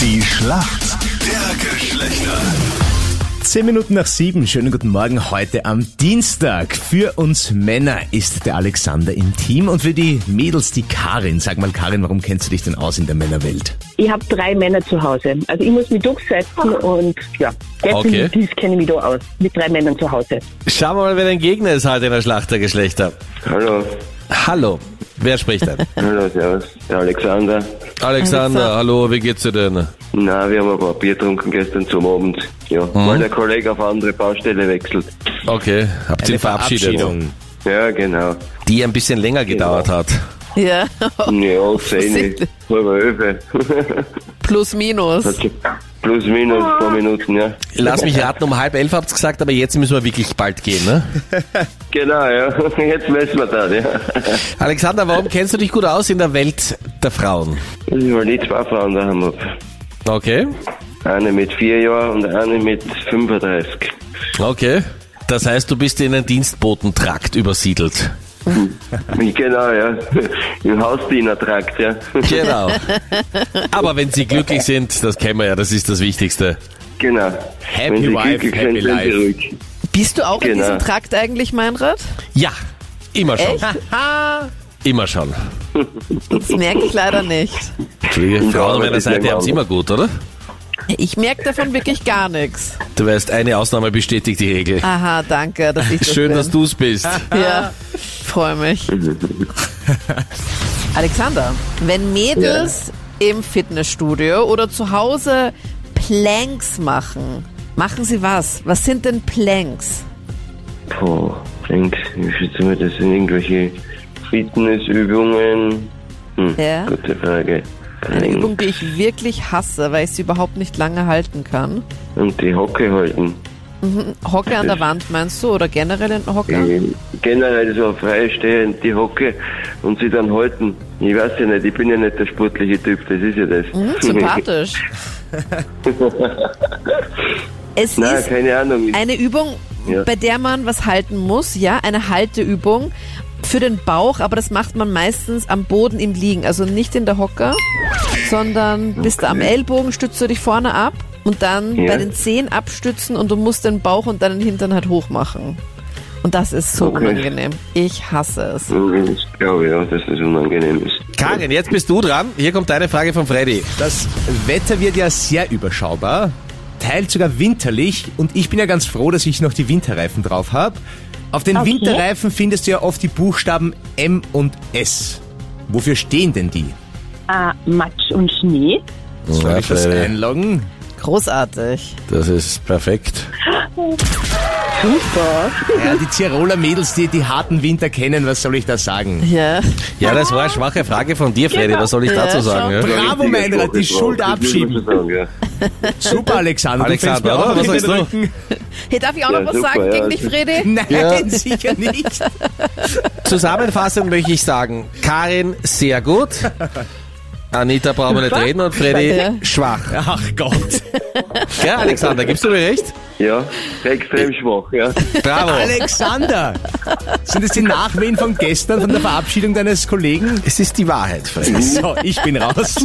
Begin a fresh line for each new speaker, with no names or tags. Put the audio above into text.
Die Schlacht der Geschlechter.
Zehn Minuten nach sieben, schönen guten Morgen heute am Dienstag. Für uns Männer ist der Alexander im Team und für die Mädels die Karin. Sag mal Karin, warum kennst du dich denn aus in der Männerwelt?
Ich habe drei Männer zu Hause. Also ich muss mich durchsetzen und ja, definitiv kenne ich mich da aus. Mit drei Männern zu Hause.
Schauen wir mal, wer dein Gegner ist heute in der Schlacht der Geschlechter.
Hallo,
Hallo. Wer spricht denn?
hallo, servus. Der Alexander.
Alexander, hallo, wie geht's dir denn?
Na, wir haben ein paar Bier getrunken gestern zum Abend. Ja,
Mhm.
weil der Kollege auf eine andere Baustelle wechselt.
Okay, habt ihr ihn verabschiedet?
Ja, genau.
Die ein bisschen länger gedauert hat.
Ja,
Ja, sehe nicht. Halber Öfe.
plus minus.
Plus, minus, ein paar Minuten, ja.
Lass mich raten, um halb elf habt's gesagt, aber jetzt müssen wir wirklich bald gehen, ne?
Genau, ja. Jetzt messen wir das, ja.
Alexander, warum kennst du dich gut aus in der Welt der Frauen?
Das ist, weil ich zwei Frauen daheim habe.
Okay,
Eine mit vier Jahren und eine mit 35.
okay. Das heißt, du bist in einen Dienstbotentrakt übersiedelt.
Genau, ja. Im Hausdienertrakt, ja.
Genau. Aber wenn sie glücklich sind, das kennen wir ja, das ist das Wichtigste.
Genau.
Happy
Wenn sie
wife,
glücklich
happy
sind, sind sie
life.
ruhig.
Bist du auch in
Genau.
diesem Trakt eigentlich, Meinrad?
Ja, immer schon.
Echt?
Immer schon.
Das merke ich leider nicht.
Entschuldige,
Und
Frauen an
arbeitet
meiner Seite
länger
haben es
auch.
immer gut, oder?
Ich merke davon wirklich gar nichts.
Du weißt, eine Ausnahme bestätigt die Regel.
Aha, danke, dass ich das
Schön,
bin.
dass du's bist.
Ja, freue mich. Alexander, wenn Mädels im Fitnessstudio oder zu Hause Planks machen, machen sie was? Was sind denn Planks?
Puh, denk, ich schätze mal, das sind irgendwelche Fitnessübungen. Hm,
Ja.
Gute Frage.
Eine
Mhm.
Übung, die ich wirklich hasse, weil ich sie überhaupt nicht lange halten kann.
Und die Hocke halten.
Hocke an der Wand, meinst du? Oder generell in Hocker?
Ähm, Generell so freistehend die Hocke und sie dann halten. Ich weiß ja nicht, ich bin ja nicht der sportliche Typ, das ist ja das.
Hm, sympathisch. es
Na,
ist
keine Ahnung.
eine Übung,
Ja.
bei der man was halten muss, ja, eine Halteübung für den Bauch, aber das macht man meistens am Boden im Liegen, also nicht in der Hocker, sondern bist du am Ellbogen, stützt du dich vorne ab und dann
Ja.
bei den Zehen abstützen und du musst den Bauch und deinen Hintern halt hochmachen. Und das ist so
Okay.
unangenehm. Ich hasse es.
Ich glaube ja, dass das unangenehm ist.
Karin, jetzt bist du dran. Hier kommt deine Frage von Freddy.
Das Wetter wird ja sehr überschaubar, teils sogar winterlich und ich bin ja ganz froh, dass ich noch die Winterreifen drauf habe. Auf den Winterreifen findest du ja oft die Buchstaben M und S. Wofür stehen denn die?
Ah, Matsch und Schnee.
Soll ich das
Freddy,
einloggen?
Großartig.
das ist perfekt.
Ja, die Tiroler Mädels, die die harten Winter kennen, was soll ich da sagen?
Ja.
Ja, das war eine schwache Frage von dir, Freddy. Was soll ich
Ja,
dazu sagen?
schon.
Ja?
Bravo,
Richtiger
Meinrad, die
Spruch ist
Schuld
drauf, das muss man
abschieben.
schon Sagen, ja.
Super, Alexander.
Alexander,
du
oder?
fängst
Was
mir auch
sagst
in den
du?
Rücken.
Hätte darf ich auch
Ja,
noch was
super,
sagen
ja.
gegen dich, Fredi?
Nein, sicher nicht.
Zusammenfassend möchte ich sagen, Karin sehr gut. Anita brauchen wir nicht reden und
Ja.
Freddy schwach.
Ach Gott.
Ja, Alexander, gibst du mir recht?
ja, extrem schwach, ja.
Bravo.
Alexander, sind es die Nachwehen von gestern, von der Verabschiedung deines Kollegen?
Es ist die Wahrheit, Freddy.
So, ich bin raus.